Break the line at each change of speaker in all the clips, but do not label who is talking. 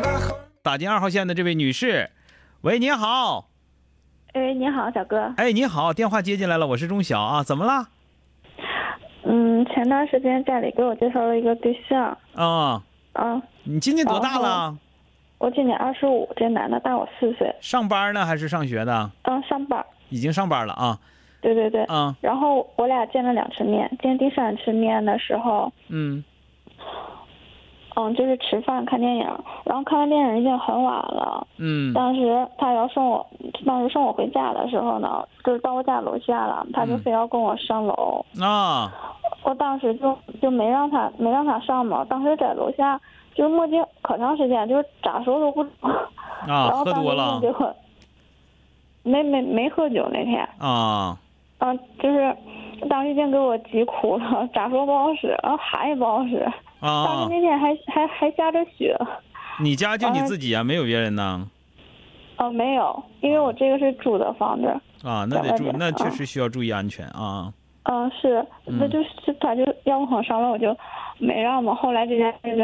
bajo
打进二号线的这位女士，喂，您好，
哎，你好，小哥。
哎，你好，电话接进来了，我是钟晓啊，怎么了？
嗯，前段时间家里给我介绍了一个对象，
啊、
啊，
你今年多大了？
我今年二十五，这男的大我四岁，
上班呢还是上学的？
嗯，上班儿，
已经上班了啊，
对对对。
啊，
然后我俩见了两次面，见第三次面的时候，
嗯，
嗯，就是吃饭看电影，然后看完电影已经很晚了，
嗯，
当时他要送我，当时送我回家的时候呢，就是到我家楼下了，他就
嗯
非要跟我上楼，
啊，
我当时就就没让他没让他上嘛，当时在楼下就是磨叽可长时间，就是咋说都不懂。然
啊，喝
后当时
多了
就给我没没没喝酒那天，
啊，
嗯、就是当时已经给我急哭了，咋说不好使，然后喊也不好使。当
啊
时，那天还还还下着雪，
你家就你自己啊，没有别人呢？
哦、没有，因为我这个是租的房子，
啊，那得
在外
注，
面
那确
啊
实需要注意安全啊。
嗯、是，那
嗯
就是他就要我上楼，我就没让嘛。后来这件事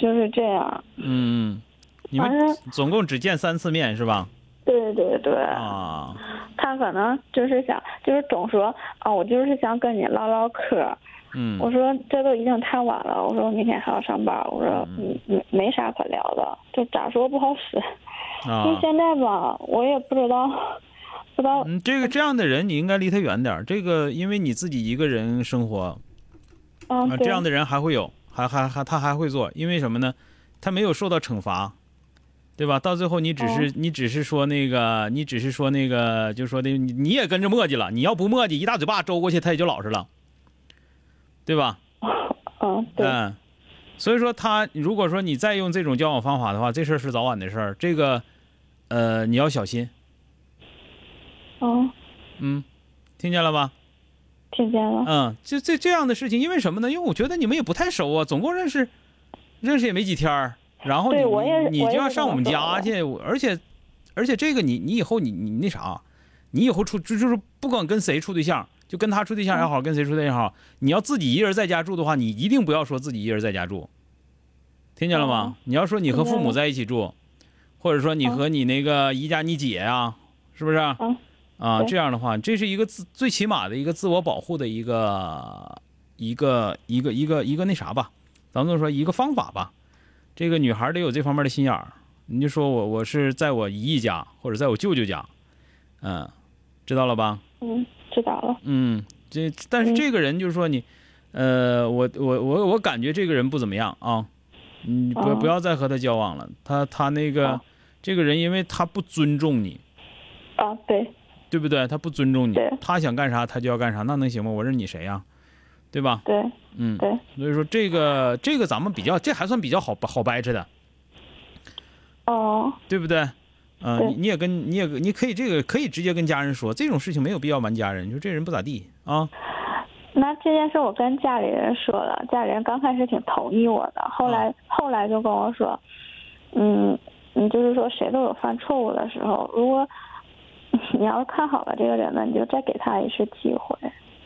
就就是这样，
嗯，你
反
们
正
总共只见三次面是吧？
对对对。
啊，
他可能就是想，就是总说啊，我就是想跟你唠唠嗑儿。
嗯，
我说这都已经太晚了，我说我明天还要上班儿，我说嗯没没啥可聊的，就咋说不好使。就
啊，
现在吧，我也不知道，不知道
嗯，这个这样的人你应该离他远点儿。这个，因为你自己一个人生活，
嗯
啊，，
对
这样的人还会有，还还还他还会做，因为什么呢？他没有受到惩罚，对吧？到最后你只是、
哦
你只是说那个，你只是说那个，就说的你你也跟着磨叽了，你要不磨叽，一大嘴巴周过去，他也就老实了，对吧？
嗯对，
嗯，所以说他如果说你再用这种交往方法的话，这事儿是早晚的事儿。这个，呃，你要小心，
嗯，
嗯，听见了吧？
听见了，
嗯，就这这样的事情，因为什么呢？因为我觉得你们也不太熟啊，总共认识，认识也没几天儿，然后你
对我也是
你
我
就
也
要
是
上
这
我
么啊
们
说
家
的
去，我而且而且这个你你以后你你那啥，啊你以后处就就是不管跟谁处对象，就跟他处对象也好，
嗯
跟谁处对象也好，你要自己一人在家住的话，你一定不要说自己一人在家住，听见了
哦
吗？你要说你和
听见
父母
了
在一起住，或者说你
嗯
和你那个姨家你姐啊，是不是？
嗯
啊，
对
这样的话，这是一个自最起码的一个自我保护的一个一个一个一个一个那啥吧，咱们就说一个方法吧。这个女孩得有这方面的心眼儿。你就说我我是在我姨姨家或者在我舅舅家，嗯，知道了吧？
嗯，知道了，
嗯，这但是
嗯
这个人就是说你，呃，我我我我感觉这个人不怎么样啊，你不
哦
不要再和他交往了。他他那个
哦
这个人，因为他不尊重你，
啊，对
对不对？他不尊重你
对，
他想干啥他就要干啥，那能行吗？我认你谁呀、对吧？
对
嗯，
对，
所以说这个这个咱们比较，这还算比较好好掰扯的，
哦，
对不对？嗯、
对
你你也跟你也你可以这个可以直接跟家人说，这种事情没有必要瞒家人，就这人不咋地啊。
那这件事我跟家里人说了，家里人刚开始挺同意我的，后
嗯
来、后来就跟我说，嗯，你就是说谁都有犯错误的时候，如果 你要是看好了这个人呢，你就再给他一次机会。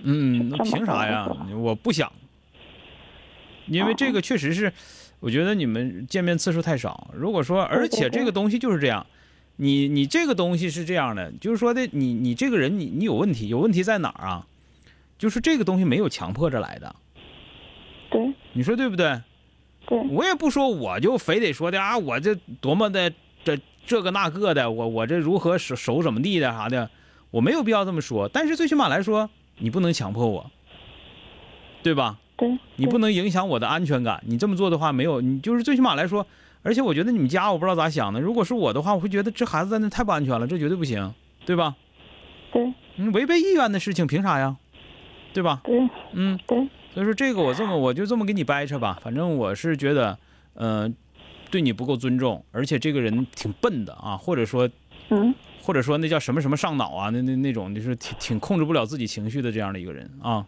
嗯，那
这么
凭啥
好
呀
的是吧？
我不想，因为这个确实是，我觉得你们见面次数太少。如果说，而且这个东西就是这样，你你这个东西是这样的，就是说的你你这个人你你有问题，有问题在哪儿啊？就是这个东西没有强迫着来的，
对
你说对不对？
对，
我也不说，我就非得说的啊，我这多么的这这个那个的，我我这如何守守怎么地的啥的，我没有必要这么说。但是最起码来说，你不能强迫我，对吧？
对，
你不
对
能影响我的安全感。你这么做的话，没有你就是最起码来说，而且我觉得你们家我不知道咋想的。如果是我的话，我会觉得这孩子在那太不安全了，这绝对不行，对吧？
对
嗯，违背意愿的事情凭啥呀？对吧？
对
嗯，
对，
所以说这个我这么我就这么给你掰扯吧，反正我是觉得，呃，对你不够尊重，而且这个人挺笨的啊，或者说
嗯
或者说那叫什么什么上脑啊，那那那种就是挺挺控制不了自己情绪的这样的一个人啊，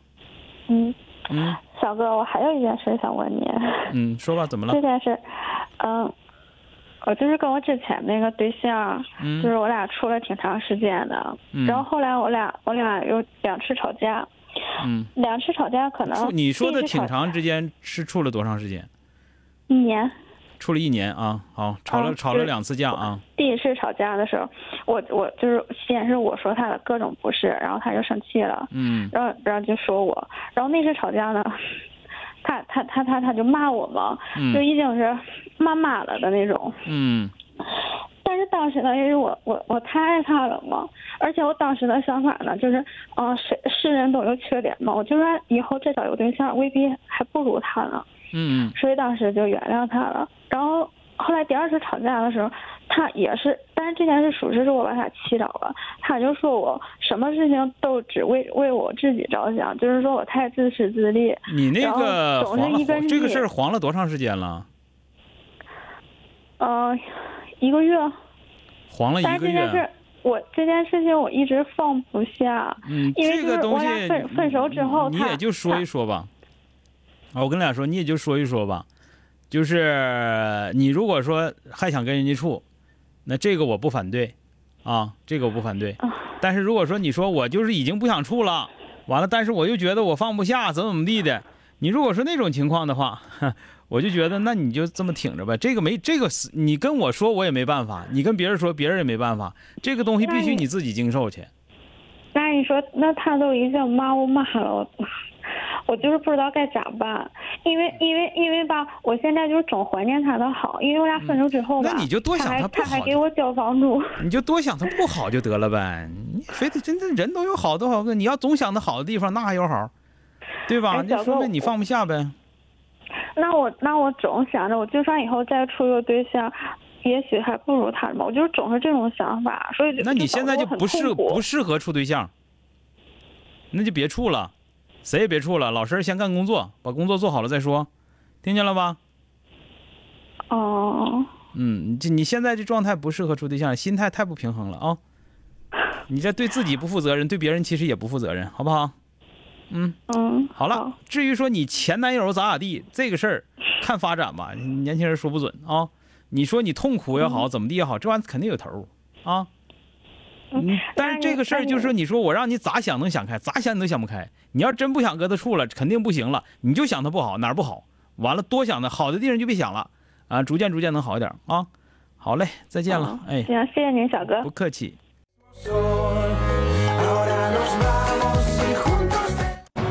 嗯，
嗯
小哥，我还有一件事想问你，
嗯，说吧，怎么了
这？件事，嗯，我就是跟我之前那个对象，
嗯
就是我俩处了挺长时间的，
嗯
然后后来我俩我俩又两次吵架，
嗯，
两次吵架可
处
能
你说的
第一次
挺
吵
长时间是处了多长时间？
一年。
处了一年啊，好，吵了
啊
吵
就
了
是
两次架啊，
第一次吵架的时候，我我就是先是我说他的各种不是，然后他就生气了，
嗯
然后然后就说我，然后那次吵架呢，他他他他他就骂我嘛，就
嗯
已经是骂骂了的那种。
嗯
但是当时呢，因为我我我太爱他了嘛，而且我当时的想法呢，就是，嗯、谁是人都有缺点嘛，我就说以后这找有对象未必还不如他呢，
嗯
所以当时就原谅他了。然后后来第二次吵架的时候，他也是，但是这件事属实是我把他气着了，他就说我什么事情都只为为我自己着想，就是说我太自私自利。
嗯，你那
然后
个
总是
黄了
一根
这个
筋
事儿黄了多长时间了？
嗯、一个月，
黄了
但
一个
是这件
月啊
事。我这件事情我一直放不下。
嗯，
因
这
为就
个
是
东
我
西
俩分分手之后
你
他
也就说
他
一说吧。啊，我跟你俩说，你也就说一说吧。就是你如果说还想跟人家处，那这个我不反对，啊，这个我不反对。但是如果说你说我就是已经不想处了，完了，但是我又觉得我放不下，怎么怎么地的，你如果说那种情况的话， 我就觉得那你就这么挺着呗。这个没这个死，你跟我说我也没办法，你跟别人说别人也没办法，这个东西必须
那你
你自己经受去。
那你说，那他都已经骂我骂了，我我就是不知道该咋办，因
嗯
为因为因为吧，我现在就是总怀念他的好，因为我俩分手之后吧，
那你就多想
他还
他不
他还
好
给
就
我交 房租，
你就多想他不好就得了呗，你非得真的人都有好多好个，你要总想他好的地方，那还有好，对吧？
哎
那
小
说
哥
明你放不下呗。
那我那我总想着，我就算以后再处一个对象，也许还不如他嘛，我就是总是这种想法，所以就
那你现在就
导致我
不
很
适
痛苦
不适合处对象，那就别处了，谁也别处了，老实儿先干工作，把工作做好了再说，听见了吧？
哦，
嗯，你这你现在这状态不适合处对象，心态太不平衡了啊！你这对自己不负责任，对别人其实也不负责任，好不好？嗯。
嗯，
好了，至于说你前男友咋咋地这个事 儿，看发展吧，年轻人说不准啊。你说你痛苦也
嗯
好，怎么地也好，这玩意儿肯定有头儿啊。嗯，但是
那
这
你
个事儿
那
就是
你
说，你说我让你咋想能想开，咋想你都想不开。你要真不想跟他处了，肯定不行了，你就想他不好哪儿不好，完了多想的好的地方就别想了啊，逐渐逐渐能好一点啊。好嘞，再见了
好，
哎，
行，谢谢您，小哥。
不客气。
sol. Ahora nos vamos y juntos te-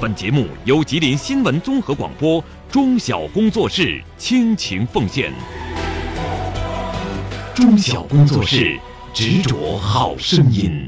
本节目由吉林新闻综合广播中小工作室倾情奉献。中小工作室执着好声音。